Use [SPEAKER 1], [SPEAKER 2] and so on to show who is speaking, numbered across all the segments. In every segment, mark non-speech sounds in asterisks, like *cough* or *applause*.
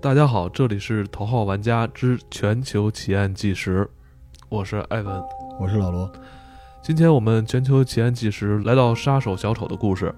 [SPEAKER 1] 大家好，这里是《头号玩家之全球奇案纪实》，我是艾文。
[SPEAKER 2] 我是老罗。
[SPEAKER 1] 今天我们《全球奇案纪实》来到杀手小丑的故事。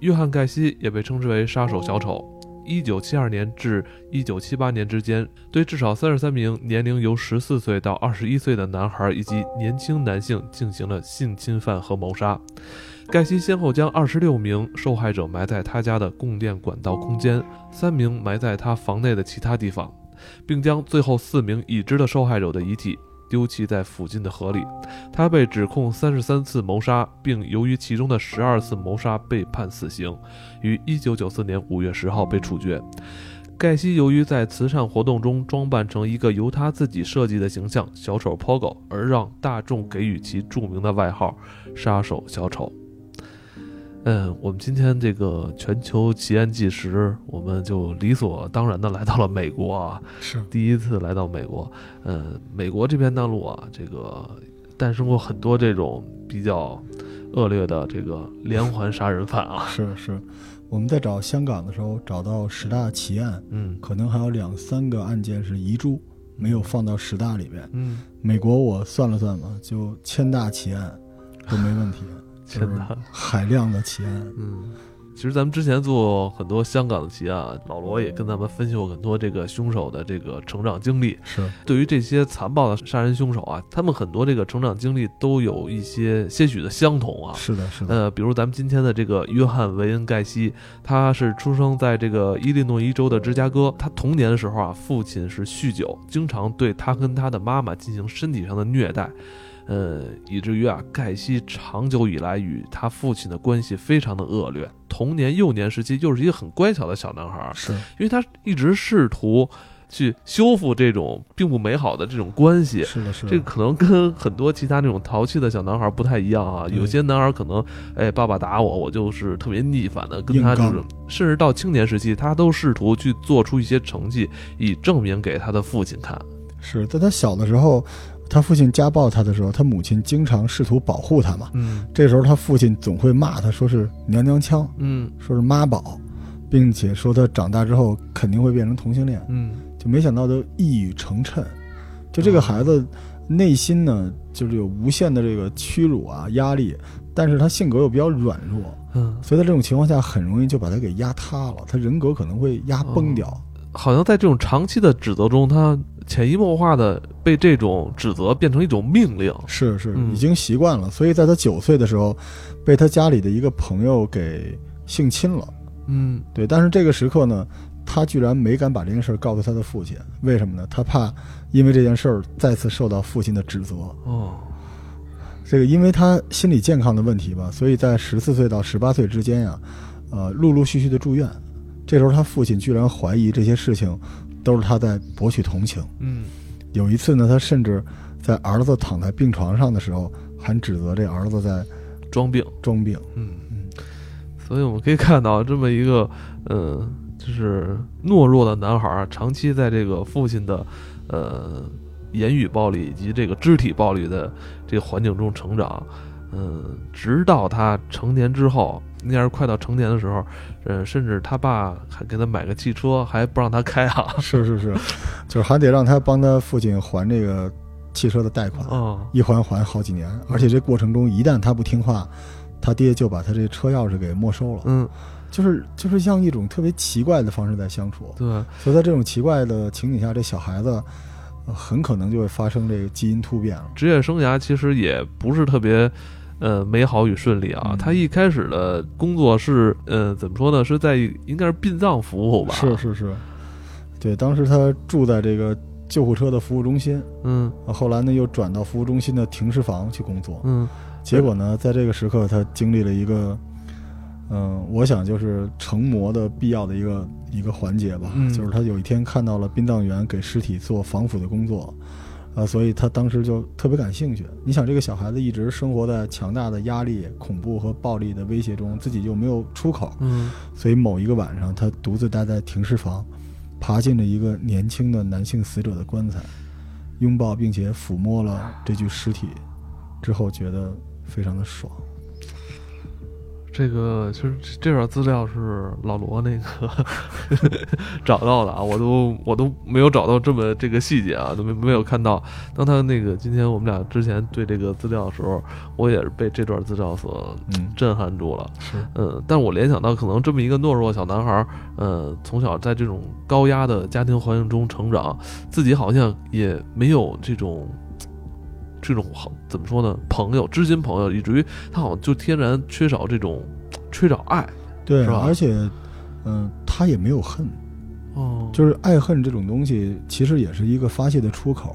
[SPEAKER 1] 约翰·盖西也被称之为杀手小丑。一九七二年至一九七八年之间，对至少三十三名年龄由十四岁到二十一岁的男孩以及年轻男性进行了性侵犯和谋杀。盖西先后将二十六名受害者埋在他家的供电管道空间，三名埋在他房内的其他地方，并将最后四名已知的受害者的遗体丢弃在附近的河里。他被指控三十三次谋杀，并由于其中的十二次谋杀被判死刑，于一九九四年五月十号被处决。盖西由于在慈善活动中装扮成一个由他自己设计的形象“小丑 Pogo”，而让大众给予其著名的外号“杀手小丑”。嗯，我们今天这个全球奇案纪实，我们就理所当然的来到了美国啊。
[SPEAKER 2] 是，
[SPEAKER 1] 第一次来到美国，呃，美国这片大陆啊，这个诞生过很多这种比较恶劣的这个连环杀人犯啊，
[SPEAKER 2] 是是，我们在找香港的时候，找到十大奇案，
[SPEAKER 1] 嗯
[SPEAKER 2] 可能还有两三个案件是遗珠，没有放到十大里面。
[SPEAKER 1] 嗯，
[SPEAKER 2] 美国我算了算吧，就千大奇案都没问题， *laughs* 就
[SPEAKER 1] 真
[SPEAKER 2] 是
[SPEAKER 1] 的，
[SPEAKER 2] 海量的奇案。
[SPEAKER 1] 嗯。其实咱们之前做很多香港的奇案啊，老罗也跟咱们分析过很多这个凶手的这个成长经历。
[SPEAKER 2] 是
[SPEAKER 1] 对于这些残暴的杀人凶手啊，他们很多这个成长经历都有一些些许的相同啊。
[SPEAKER 2] 是的，是的，
[SPEAKER 1] 呃，比如咱们今天的这个约翰·维恩·盖西，他是出生在这个伊利诺伊州的芝加哥。他童年的时候啊，父亲是酗酒，经常对他跟他的妈妈进行身体上的虐待，呃，以至于啊，盖西长久以来与他父亲的关系非常的恶劣。童年幼年时期又是一个很乖巧的小男孩儿，
[SPEAKER 2] 是
[SPEAKER 1] 因为他一直试图去修复这种并不美好的这种关系，
[SPEAKER 2] 是的，是
[SPEAKER 1] 这
[SPEAKER 2] 的，
[SPEAKER 1] 可能跟很多其他那种淘气的小男孩不太一样啊。
[SPEAKER 2] 对
[SPEAKER 1] 有些男孩可能，哎，爸爸打我，我就是特别逆反的，跟
[SPEAKER 2] 硬
[SPEAKER 1] 他
[SPEAKER 2] 刚
[SPEAKER 1] 就是，甚至到青年时期，他都试图去做出一些成绩，以证明给他的父亲看。
[SPEAKER 2] 是在他小的时候，他父亲家暴他的时候，他母亲经常试图保护他嘛。
[SPEAKER 1] 嗯
[SPEAKER 2] 这时候他父亲总会骂他，说是娘娘腔，
[SPEAKER 1] 嗯
[SPEAKER 2] 说是妈宝，并且说他长大之后肯定会变成同性恋。
[SPEAKER 1] 嗯
[SPEAKER 2] 就没想到都一语成谶。就这个孩子内心呢，就是有无限的这个屈辱啊、压力，但是他性格又比较软弱，
[SPEAKER 1] 嗯，
[SPEAKER 2] 所以在这种情况下，很容易就把他给压塌了，他人格可能会压崩掉。
[SPEAKER 1] 好像在这种长期的指责中，他潜移默化的被这种指责变成一种命令。
[SPEAKER 2] 是是，
[SPEAKER 1] 嗯
[SPEAKER 2] 已经习惯了。所以在他九岁的时候，被他家里的一个朋友给性侵了。
[SPEAKER 1] 嗯
[SPEAKER 2] 对，但是这个时刻呢，他居然没敢把这件事儿告诉他的父亲，为什么呢？他怕因为这件事儿再次受到父亲的指责。
[SPEAKER 1] 哦
[SPEAKER 2] 这个因为他心理健康的问题吧，所以在十四岁到十八岁之间呀、呃，陆陆续续的住院。这时候他父亲居然怀疑这些事情都是他在博取同情。
[SPEAKER 1] 嗯
[SPEAKER 2] 有一次呢，他甚至在儿子躺在病床上的时候，还指责这儿子在
[SPEAKER 1] 装病。
[SPEAKER 2] 装病。
[SPEAKER 1] 嗯
[SPEAKER 2] 嗯，
[SPEAKER 1] 所以我们可以看到这么一个，呃，就是懦弱的男孩儿，啊长期在这个父亲的，呃，言语暴力以及这个肢体暴力的这个环境中成长，嗯、直到他成年之后，那样快到成年的时候，呃，甚至他爸还给他买个汽车，还不让他开啊，
[SPEAKER 2] *laughs* 是是是， *laughs* 就是还得让他帮他父亲还这个汽车的贷款，
[SPEAKER 1] 嗯，
[SPEAKER 2] 一还还好几年。而且这过程中，一旦他不听话，他爹就把他这车钥匙给没收了。
[SPEAKER 1] 嗯，
[SPEAKER 2] 就是就是像一种特别奇怪的方式在相处，
[SPEAKER 1] 对，
[SPEAKER 2] 所以在这种奇怪的情景下，这小孩子、呃很可能就会发生这个基因突变了。
[SPEAKER 1] 职业生涯其实也不是特别，呃，美好与顺利啊。
[SPEAKER 2] 嗯
[SPEAKER 1] 他一开始的工作是，呃，怎么说呢？是在应该是殡葬服务吧？
[SPEAKER 2] 是，是是，对，当时他住在这个救护车的服务中心，
[SPEAKER 1] 嗯
[SPEAKER 2] 啊后来呢又转到服务中心的停尸房去工作。
[SPEAKER 1] 嗯
[SPEAKER 2] 结果呢，在这个时刻，他经历了一个，嗯、我想就是成魔的必要的一个一个环节吧，
[SPEAKER 1] 嗯
[SPEAKER 2] 就是他有一天看到了殡葬员给尸体做防腐的工作，啊、所以他当时就特别感兴趣。你想，这个小孩子一直生活在强大的压力、恐怖和暴力的威胁中，自己又没有出口，
[SPEAKER 1] 嗯
[SPEAKER 2] 所以某一个晚上，他独自待在停尸房，爬进了一个年轻的男性死者的棺材，拥抱并且抚摸了这具尸体，之后觉得非常的爽。
[SPEAKER 1] 这个其实这这段资料是老罗那个 *laughs* 找到的啊，我都我都没有找到这么这个细节啊，都没没有看到。当他那个今天我们俩之前对这个资料的时候，我也是被这段资料所
[SPEAKER 2] 嗯，
[SPEAKER 1] 震撼住了。
[SPEAKER 2] 是，
[SPEAKER 1] 嗯，但我联想到可能这么一个懦弱小男孩儿，呃，从小在这种高压的家庭环境中成长，自己好像也没有这种这种好怎么说呢，朋友、知心朋友，以至于他好像就天然缺少这种缺少爱。
[SPEAKER 2] 对，
[SPEAKER 1] 是吧
[SPEAKER 2] 而且，嗯、他也没有恨，
[SPEAKER 1] 哦，
[SPEAKER 2] 就是爱恨这种东西，其实也是一个发泄的出口，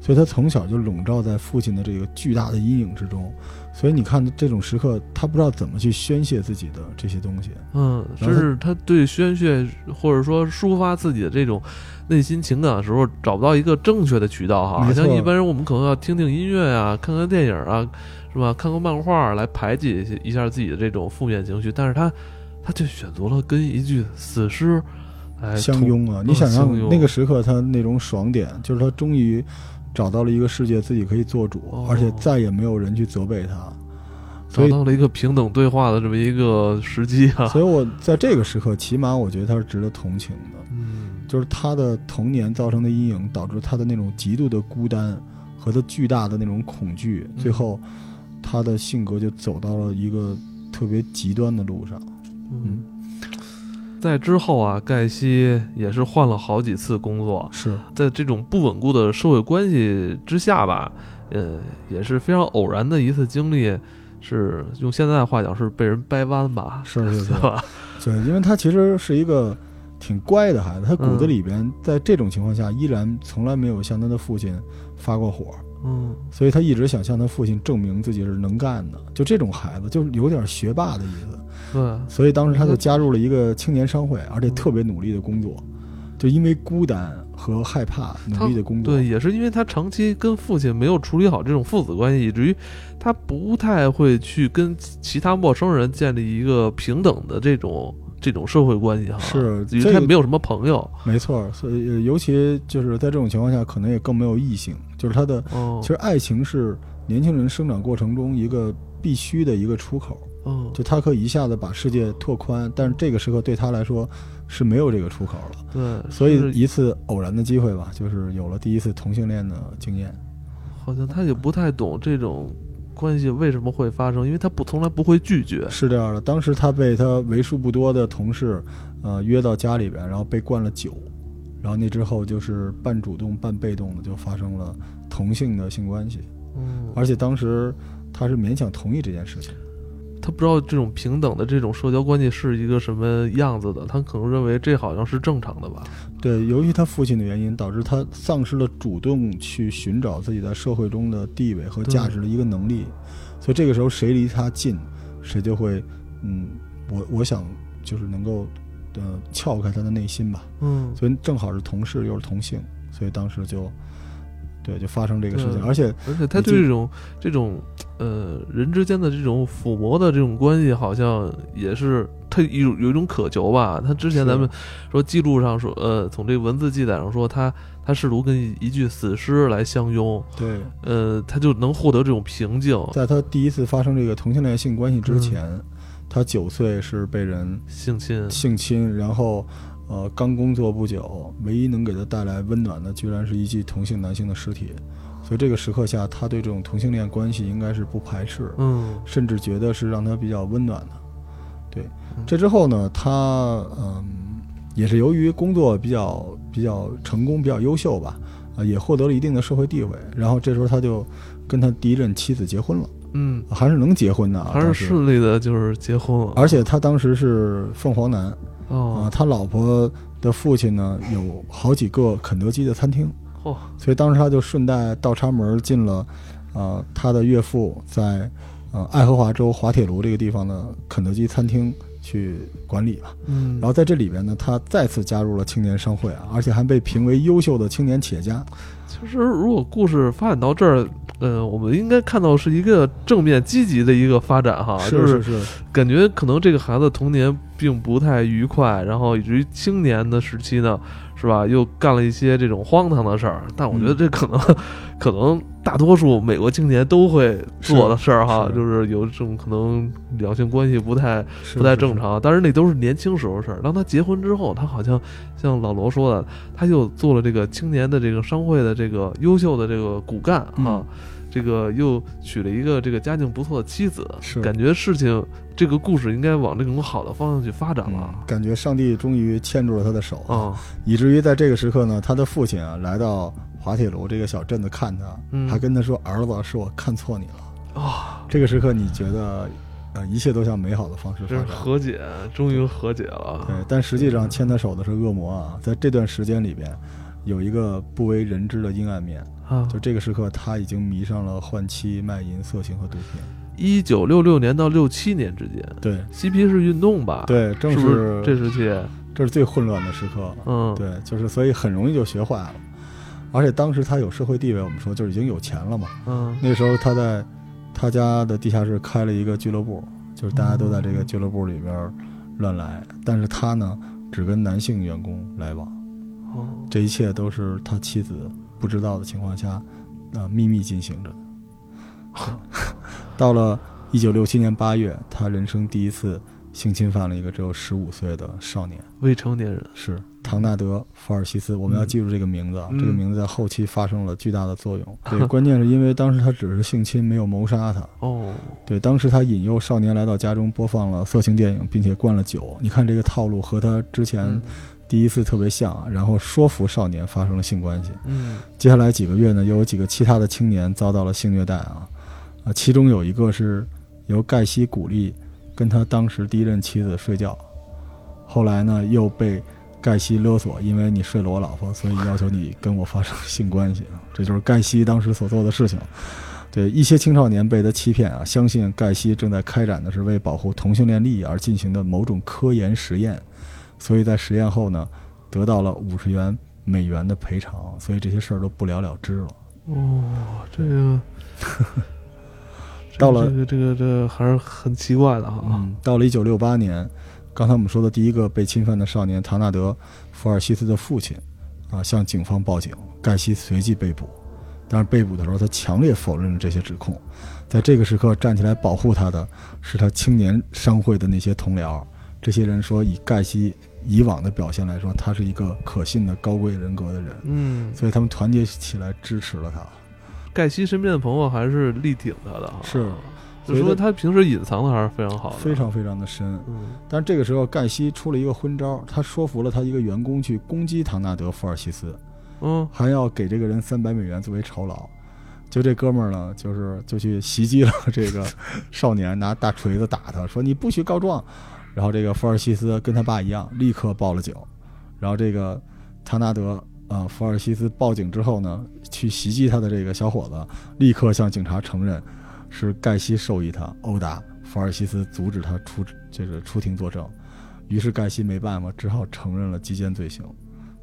[SPEAKER 2] 所以他从小就笼罩在父亲的这个巨大的阴影之中，所以你看这种时刻，他不知道怎么去宣泄自己的这些东西，
[SPEAKER 1] 嗯，
[SPEAKER 2] 然
[SPEAKER 1] 就
[SPEAKER 2] 后
[SPEAKER 1] 是他对宣泄或者说抒发自己的这种内心情感的时候，找不到一个正确的渠道哈。
[SPEAKER 2] 没
[SPEAKER 1] 好像
[SPEAKER 2] 错
[SPEAKER 1] 一般人我们可能要听听音乐啊，看看电影啊，是吧？看看漫画啊来排解一些一下自己的这种负面情绪，但是他他就选择了跟一具死尸哎来
[SPEAKER 2] 相
[SPEAKER 1] 同。
[SPEAKER 2] 拥啊！你想
[SPEAKER 1] 嗯相拥
[SPEAKER 2] 想那个时刻，他那种爽点，就是他终于找到了一个世界自己可以做主，
[SPEAKER 1] 哦
[SPEAKER 2] 而且再也没有人去责备他。所
[SPEAKER 1] 找
[SPEAKER 2] 以，
[SPEAKER 1] 到了一个平等对话的这么一个时机啊，
[SPEAKER 2] 所以我在这个时刻，起码我觉得他是值得同情的。
[SPEAKER 1] 嗯，
[SPEAKER 2] 就是他的童年造成的阴影，导致他的那种极度的孤单和他巨大的那种恐惧，
[SPEAKER 1] 嗯
[SPEAKER 2] 最后他的性格就走到了一个特别极端的路上。
[SPEAKER 1] 嗯，在之后啊，盖西也是换了好几次工作，
[SPEAKER 2] 是，
[SPEAKER 1] 在这种不稳固的社会关系之下吧，呃，也是非常偶然的一次经历，是用现在的话讲是被人掰弯吧，
[SPEAKER 2] 是是是
[SPEAKER 1] 对吧？
[SPEAKER 2] 对，因为他其实是一个挺乖的孩子，他骨子里边在这种情况下依然从来没有向他的父亲发过火，
[SPEAKER 1] 嗯，
[SPEAKER 2] 所以他一直想向他父亲证明自己是能干的。就这种孩子，就是有点学霸的意思。
[SPEAKER 1] 对，
[SPEAKER 2] 所以当时他就加入了一个青年商会，而且特别努力的工作，就因为孤单和害怕努力的工作。
[SPEAKER 1] 对，也是因为他长期跟父亲没有处理好这种父子关系，以至于他不太会去跟其他陌生人建立一个平等的这种这种社会关系哈，
[SPEAKER 2] 是
[SPEAKER 1] 因为
[SPEAKER 2] 这
[SPEAKER 1] 他
[SPEAKER 2] 个
[SPEAKER 1] 没有什么朋友，
[SPEAKER 2] 没错。所以呃尤其就是在这种情况下，可能也更没有异性，就是他的
[SPEAKER 1] 嗯，
[SPEAKER 2] 其实爱情是年轻人生长过程中一个必须的一个出口。
[SPEAKER 1] 嗯，
[SPEAKER 2] 就他可以一下子把世界拓宽，但是这个时刻对他来说是没有这个出口了，
[SPEAKER 1] 对，
[SPEAKER 2] 所
[SPEAKER 1] 就
[SPEAKER 2] 以
[SPEAKER 1] 是
[SPEAKER 2] 一次偶然的机会吧，就是有了第一次同性恋的经验。
[SPEAKER 1] 好像他也不太懂这种关系为什么会发生，因为他不从来不会拒绝，
[SPEAKER 2] 是这样的，当时他被他为数不多的同事，呃，约到家里边，然后被灌了酒，然后那之后就是半主动半被动的就发生了同性的性关系，
[SPEAKER 1] 嗯，
[SPEAKER 2] 而且当时他是勉强同意这件事情。
[SPEAKER 1] 他不知道这种平等的这种社交关系是一个什么样子的，他可能认为这好像是正常的吧。
[SPEAKER 2] 对，由于他父亲的原因，导致他丧失了主动去寻找自己在社会中的地位和价值的一个能力，所以这个时候谁离他近，谁就会，嗯，我我想就是能够，呃，撬开他的内心吧。
[SPEAKER 1] 嗯，
[SPEAKER 2] 所以正好是同事又是同性，所以当时就，对，就发生这个事情。
[SPEAKER 1] 对
[SPEAKER 2] 而且
[SPEAKER 1] 而且他对这种这种呃人之间的这种抚摸的这种关系，好像也是他有有一种渴求吧。他之前
[SPEAKER 2] 是
[SPEAKER 1] 咱们说记录上说，呃，从这个文字记载上说，他他试图跟一具死尸来相拥，
[SPEAKER 2] 对，
[SPEAKER 1] 呃，他就能获得这种平静，
[SPEAKER 2] 在他第一次发生这个同性恋性关系之前，他九岁是被人
[SPEAKER 1] 性侵。
[SPEAKER 2] 性侵，然后呃刚工作不久，唯一能给他带来温暖的，居然是一具同性男性的尸体。所以这个时刻下，他对这种同性恋关系应该是不排斥，
[SPEAKER 1] 嗯，
[SPEAKER 2] 甚至觉得是让他比较温暖的。对
[SPEAKER 1] 嗯，
[SPEAKER 2] 这之后呢，他嗯，也是由于工作比较比较成功、比较优秀吧，啊、也获得了一定的社会地位。然后这时候他就跟他第一任妻子结婚了，
[SPEAKER 1] 嗯，
[SPEAKER 2] 还是能结婚的啊，
[SPEAKER 1] 还是
[SPEAKER 2] 当时。
[SPEAKER 1] 顺利的，就是结婚了。
[SPEAKER 2] 而且他当时是凤凰男啊、
[SPEAKER 1] 哦，
[SPEAKER 2] 他老婆的父亲呢有好几个肯德基的餐厅，
[SPEAKER 1] 嚯，
[SPEAKER 2] 所以当时他就顺带倒插门进了，呃，他的岳父在呃爱荷华州滑铁卢这个地方的肯德基餐厅去管理吧。
[SPEAKER 1] 嗯，
[SPEAKER 2] 然后在这里边呢，他再次加入了青年商会啊，而且还被评为优秀的青年企业家。
[SPEAKER 1] 其实，如果故事发展到这儿，呃，我们应该看到是一个正面积极的一个发展哈，就是是
[SPEAKER 2] 是，
[SPEAKER 1] 感觉可能这个孩子童年并不太愉快，然后以至于青
[SPEAKER 2] 嗯
[SPEAKER 1] 年的时期呢，是吧，又干了一些这种荒唐的事儿。但我觉得这可能、 *laughs* 可能大多数美国青年都会做的事儿哈，
[SPEAKER 2] 是
[SPEAKER 1] 就是有这种可能两性关系不太
[SPEAKER 2] 是
[SPEAKER 1] 不太
[SPEAKER 2] 是
[SPEAKER 1] 正
[SPEAKER 2] 是
[SPEAKER 1] 常，但是那都是年轻时候的事儿。当他结婚之后，他好像像老罗说的，他又做了这个青年的这个商会的这个优秀的这个骨干啊，
[SPEAKER 2] 嗯
[SPEAKER 1] 这个又娶了一个这个家境不错的妻子，
[SPEAKER 2] 是
[SPEAKER 1] 感觉事情这个故事应该往这种好的方向去发展了
[SPEAKER 2] 嗯，感觉上帝终于牵住了他的手
[SPEAKER 1] 啊、
[SPEAKER 2] 以至于在这个时刻呢，他的父亲啊来到滑铁卢这个小镇子看他，
[SPEAKER 1] 嗯
[SPEAKER 2] 还跟他说：“儿子，是我看错你了。
[SPEAKER 1] 啊，”
[SPEAKER 2] 这个时刻，你觉得，呃，一切都向美好的方式发
[SPEAKER 1] 这是
[SPEAKER 2] 展。
[SPEAKER 1] 和解，终于和解了。
[SPEAKER 2] 对，但实际上牵他手的是恶魔啊，在这段时间里边，有一个不为人知的阴暗面。
[SPEAKER 1] 啊，
[SPEAKER 2] 就这个时刻，他已经迷上了换妻、卖淫、色情和毒品。
[SPEAKER 1] 一九六六年到六七年之间，
[SPEAKER 2] 对
[SPEAKER 1] 嬉皮士运动吧？，
[SPEAKER 2] 对，正
[SPEAKER 1] 是不是这时期？
[SPEAKER 2] 这是最混乱的时刻。
[SPEAKER 1] 嗯，
[SPEAKER 2] 对，就是所以很容易就学坏了。而且当时他有社会地位，我们说就是已经有钱了嘛。
[SPEAKER 1] 嗯，
[SPEAKER 2] 那时候他在他家的地下室开了一个俱乐部，就是大家都在这个俱乐部里边儿乱来，但是他呢只跟男性员工来往，
[SPEAKER 1] 哦
[SPEAKER 2] 这一切都是他妻子不知道的情况下，呃秘密进行着。 *laughs* 到了一九六七年八月，他人生第一次性侵犯了一个只有十五岁的少年。
[SPEAKER 1] 未成年人，
[SPEAKER 2] 是唐纳德·法尔西斯，我们要
[SPEAKER 1] 嗯
[SPEAKER 2] 记住这个名字啊！
[SPEAKER 1] 嗯
[SPEAKER 2] 这个名字在后期发生了巨大的作
[SPEAKER 1] *laughs*
[SPEAKER 2] 用。对，关键是因为当时他只是性侵，没有谋杀他。
[SPEAKER 1] 哦，
[SPEAKER 2] 对，当时他引诱少年来到家中，播放了色情电影，并且灌了酒。你看这个套路和他之前
[SPEAKER 1] 嗯
[SPEAKER 2] 第一次特别像啊，然后说服少年发生了性关系。
[SPEAKER 1] 嗯，
[SPEAKER 2] 接下来几个月呢，又有几个其他的青年遭到了性虐待啊，啊，其中有一个是由盖西鼓励跟他当时第一任妻子睡觉，后来呢又被盖西勒索，因为你睡了我老婆，所以要求你跟我发生性关系啊，这就是盖西当时所做的事情。对一些青少年被他欺骗啊，相信盖西正在开展的是为保护同性恋利益而进行的某种科研实验，所以在实验后呢，得到了五十元美元的赔偿，所以这些事儿都不了了之了。
[SPEAKER 1] 哦，这
[SPEAKER 2] *laughs*
[SPEAKER 1] 个
[SPEAKER 2] 到了
[SPEAKER 1] 这个这个这个还是很奇怪的哈。
[SPEAKER 2] 嗯，到了一九六八年，刚才我们说的第一个被侵犯的少年唐纳德·福尔西斯的父亲啊，向警方报警，盖西随即被捕。但是被捕的时候，他强烈否认了这些指控。在这个时刻，站起来保护他的是他青年商会的那些同僚。这些人说，以盖西以往的表现来说，他是一个可信的高贵人格的人，
[SPEAKER 1] 嗯，
[SPEAKER 2] 所以他们团结起来支持了他。
[SPEAKER 1] 盖西身边的朋友还是力挺他的哈，
[SPEAKER 2] 是，
[SPEAKER 1] 就说他平时隐藏的还是非常好的，
[SPEAKER 2] 非，常非常的深。
[SPEAKER 1] 嗯，
[SPEAKER 2] 但是这个时候，盖西出了一个昏招，他说服了他一个员工去攻击唐纳德·福尔西斯，
[SPEAKER 1] 嗯，
[SPEAKER 2] 还要给这个人三百美元作为酬劳。就这哥们儿呢，就是就去袭击了 *laughs* 这个少年，拿大锤子打他，说你不许告状。然后这个福尔西斯跟他爸一样，立刻报了警。然后这个唐纳德啊，福尔西斯报警之后呢，去袭击他的这个小伙子，立刻向警察承认是盖西授意他殴打福尔西斯，阻止他出这个出庭作证。于是盖西没办法，只好承认了击奸罪行，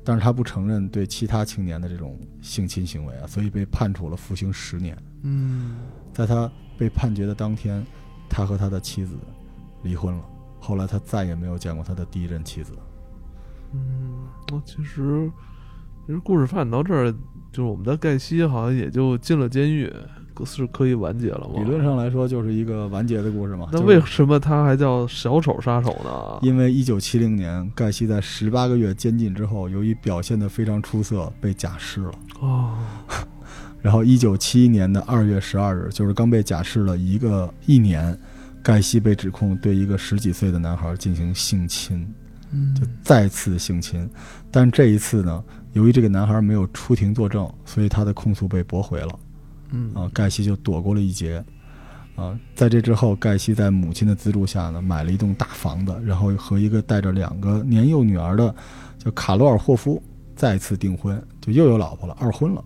[SPEAKER 2] 但是他不承认对其他青年的这种性侵行为啊，所以被判处了服刑十年。
[SPEAKER 1] 嗯，
[SPEAKER 2] 在他被判决的当天，他和他的妻子离婚了。后来他再也没有见过他的第一任妻子。
[SPEAKER 1] 嗯，那其实其实故事发展到这儿，就是我们的盖西好像也就进了监狱，可是可以完结了吗？
[SPEAKER 2] 理论，上来说，就是一个完结的故事嘛。
[SPEAKER 1] 那
[SPEAKER 2] 就是
[SPEAKER 1] 为什么他还叫小丑杀手呢？
[SPEAKER 2] 因为一九七零年，盖西在十八个月监禁之后，由于表现得非常出色，被假释了。
[SPEAKER 1] 哦，
[SPEAKER 2] 然后，一九七一年的二月十二日，就是刚被假释了一个一年，盖西被指控对一个十几岁的男孩进行性侵，
[SPEAKER 1] 嗯
[SPEAKER 2] 就再次性侵。但这一次呢，由于这个男孩没有出庭作证，所以他的控诉被驳回了。
[SPEAKER 1] 嗯
[SPEAKER 2] 啊，盖西就躲过了一劫。啊，在这之后，盖西在母亲的资助下呢，买了一栋大房子，然后和一个带着两个年幼女儿的叫卡罗尔霍夫再次订婚，就又有老婆了，二婚了。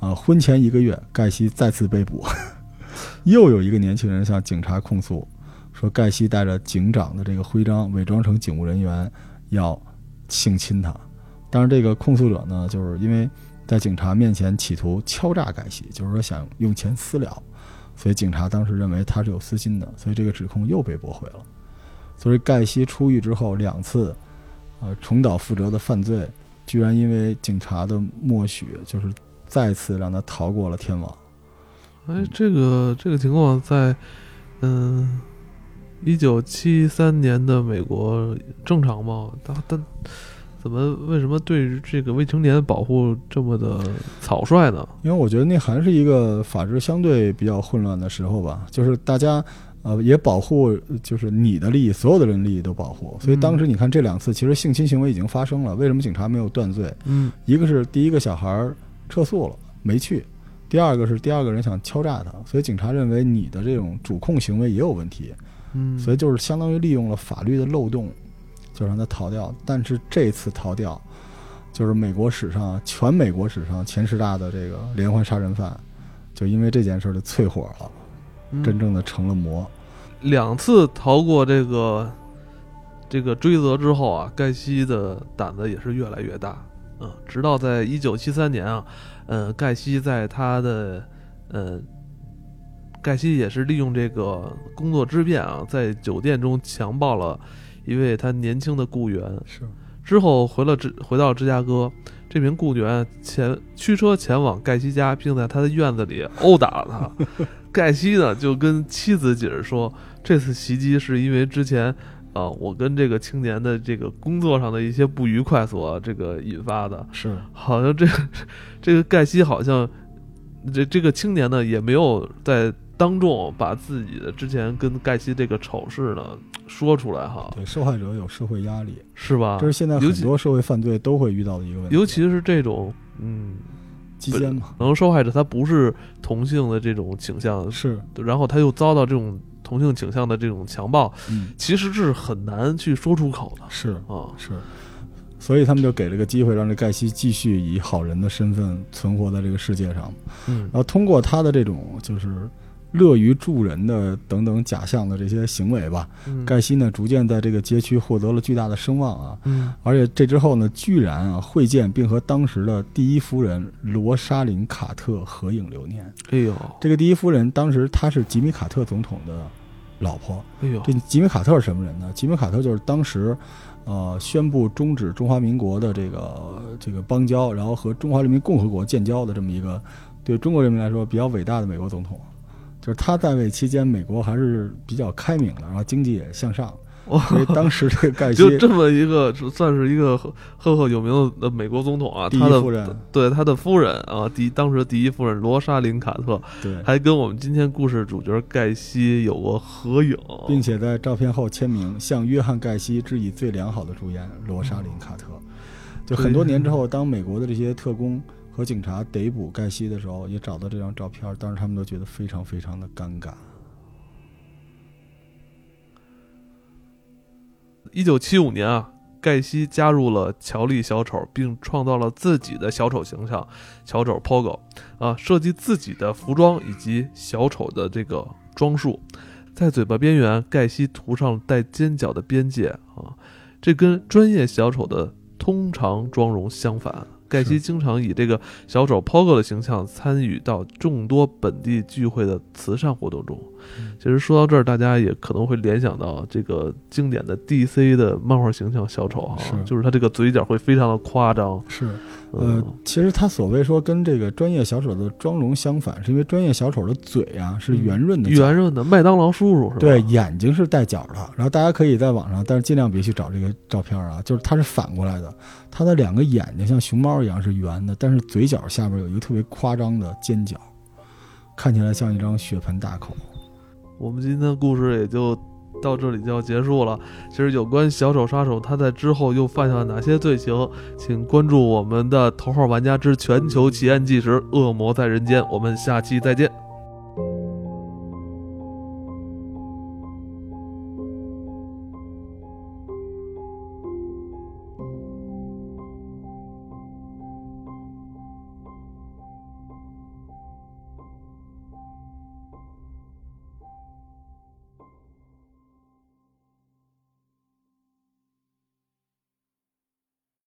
[SPEAKER 2] 啊，婚前一个月，盖西再次被捕， *laughs* 又有一个年轻人向警察控诉，说盖西带着警长的这个徽章，伪装成警务人员，要性侵他。但是这个控诉者呢，就是因为在警察面前企图敲诈盖西，就是说想用钱私了，所以警察当时认为他是有私心的，所以这个指控又被驳回了。所以盖西出狱之后两次，呃，重蹈覆辙的犯罪，居然因为警察的默许，就是再次让他逃过了天网。
[SPEAKER 1] 哎，这个这个情况在，嗯，一九七三年的美国正常吗？他他怎么为什么对这个未成年保护这么的草率呢？
[SPEAKER 2] 因为我觉得那还是一个法制相对比较混乱的时候吧，就是大家呃也保护呃就是你的利益，所有的人利益都保护。所以当时你看这两次其实性侵行为已经发生了，为什么警察没有断罪？
[SPEAKER 1] 嗯
[SPEAKER 2] 一个是第一个小孩儿撤诉了没去，第二个是第二个人想敲诈他，所以警察认为你的这种主控行为也有问题，
[SPEAKER 1] 嗯，
[SPEAKER 2] 所以就是相当于利用了法律的漏洞，就让他逃掉。但是这次逃掉，就是美国史上全美国史上前十大的这个连环杀人犯，就因为这件事儿就淬火了，
[SPEAKER 1] 嗯
[SPEAKER 2] 真正的成了魔。
[SPEAKER 1] 两次逃过这个这个追责之后啊，盖西的胆子也是越来越大。嗯，直到在一九七三年啊，呃，盖西在他的呃，盖西也是利用这个工作之便啊，在酒店中强暴了一位他年轻的雇员，
[SPEAKER 2] 是，
[SPEAKER 1] 之后回了芝回到芝加哥，这名雇员前驱车前往盖西家，并在他的院子里殴打了他。盖西呢就跟妻子解释说，这次袭击是因为之前啊、呃我跟这个青年的这个工作上的一些不愉快所这个引发的。
[SPEAKER 2] 是，
[SPEAKER 1] 好像这个这个盖西好像这这个青年呢也没有在当众把自己的之前跟盖西这个丑事呢说出来哈，
[SPEAKER 2] 对受害者有社会压力，
[SPEAKER 1] 是吧？
[SPEAKER 2] 这是现在
[SPEAKER 1] 啊尤
[SPEAKER 2] 很
[SPEAKER 1] 其
[SPEAKER 2] 多社会犯罪都会遇到的一个问题，
[SPEAKER 1] 尤其是这种，嗯，
[SPEAKER 2] 基奸嘛，
[SPEAKER 1] 可能受害者他不是同性的这种倾向，
[SPEAKER 2] 是，
[SPEAKER 1] 然后他又遭到这种同性倾向的这种强暴，
[SPEAKER 2] 嗯，
[SPEAKER 1] 其实是很难去说出口的
[SPEAKER 2] 是
[SPEAKER 1] 啊。
[SPEAKER 2] 是，所以他们就给了个机会，让这盖西继续以好人的身份存活在这个世界上。
[SPEAKER 1] 嗯
[SPEAKER 2] 然后通过他的这种就是乐于助人的等等假象的这些行为吧，
[SPEAKER 1] 嗯
[SPEAKER 2] 盖西呢逐渐在这个街区获得了巨大的声望啊。
[SPEAKER 1] 嗯
[SPEAKER 2] 而且这之后呢，居然啊会见并和当时的第一夫人罗莎琳·卡特合影留念。
[SPEAKER 1] 哎呦
[SPEAKER 2] 这个第一夫人当时她是吉米·卡特总统的老婆，
[SPEAKER 1] 哎呦
[SPEAKER 2] 这吉米·卡特是什么人呢？吉米·卡特就是当时，呃，宣布终止中华民国的这个这个邦交，然后和中华人民共和国建交的这么一个对中国人民来说比较伟大的美国总统。就是他在位期间，美国还是比较开明的，然后经济也向上，
[SPEAKER 1] 哇！
[SPEAKER 2] 所以当时这个盖
[SPEAKER 1] *laughs*
[SPEAKER 2] 西
[SPEAKER 1] 就这么一个，算是一个赫赫赫有名的美国总统啊，
[SPEAKER 2] 第
[SPEAKER 1] 他
[SPEAKER 2] 一
[SPEAKER 1] 的
[SPEAKER 2] 夫人，
[SPEAKER 1] 对他的夫人啊，第当时的第一夫人罗莎琳·卡特，
[SPEAKER 2] 对，
[SPEAKER 1] *laughs* 还跟我们今天故事主角盖西有过合影，
[SPEAKER 2] 并且在照片后签名，向约翰·盖西致以最良好的祝愿。罗莎琳·卡特，就很多年之后，当美国的这些特工和警察逮捕盖西的时候，也找到这张照片，当时他们都觉得非常非常的尴尬。
[SPEAKER 1] 一九七五年啊，盖西加入了乔利小丑，并创造了自己的小丑形象——小丑 Pogo，啊，设计自己的服装以及小丑的这个装束，在嘴巴边缘，盖西涂上带尖角的边界啊，这跟专业小丑的通常妆容相反。盖西
[SPEAKER 2] 是
[SPEAKER 1] 经常以这个小丑 Pogo 的形象参与到众多本地聚会的慈善活动中。
[SPEAKER 2] 嗯
[SPEAKER 1] 其实说到这儿，大家也可能会联想到这个经典的 DC 的漫画形象小丑哈、
[SPEAKER 2] 是
[SPEAKER 1] 就是他这个嘴角会非常的夸张。
[SPEAKER 2] 是，
[SPEAKER 1] 嗯、
[SPEAKER 2] 呃，其实他所谓说跟这个专业小丑的妆容相反，是因为专业小丑的嘴啊是圆润的角，
[SPEAKER 1] 圆润的麦当劳叔叔是吧？
[SPEAKER 2] 对，眼睛是带角的。然后大家可以在网上，但是尽量别去找这个照片啊，就是它是反过来的，它的两个眼睛像熊猫一样是圆的，但是嘴角下边有一个特别夸张的尖角，看起来像一张血盆大口。
[SPEAKER 1] 我们今天的故事也就到这里就要结束了。其实有关小丑杀手他在之后又犯下了哪些罪行，请关注我们的《头号玩家之全球奇案纪实：恶魔在人间》，我们下期再见。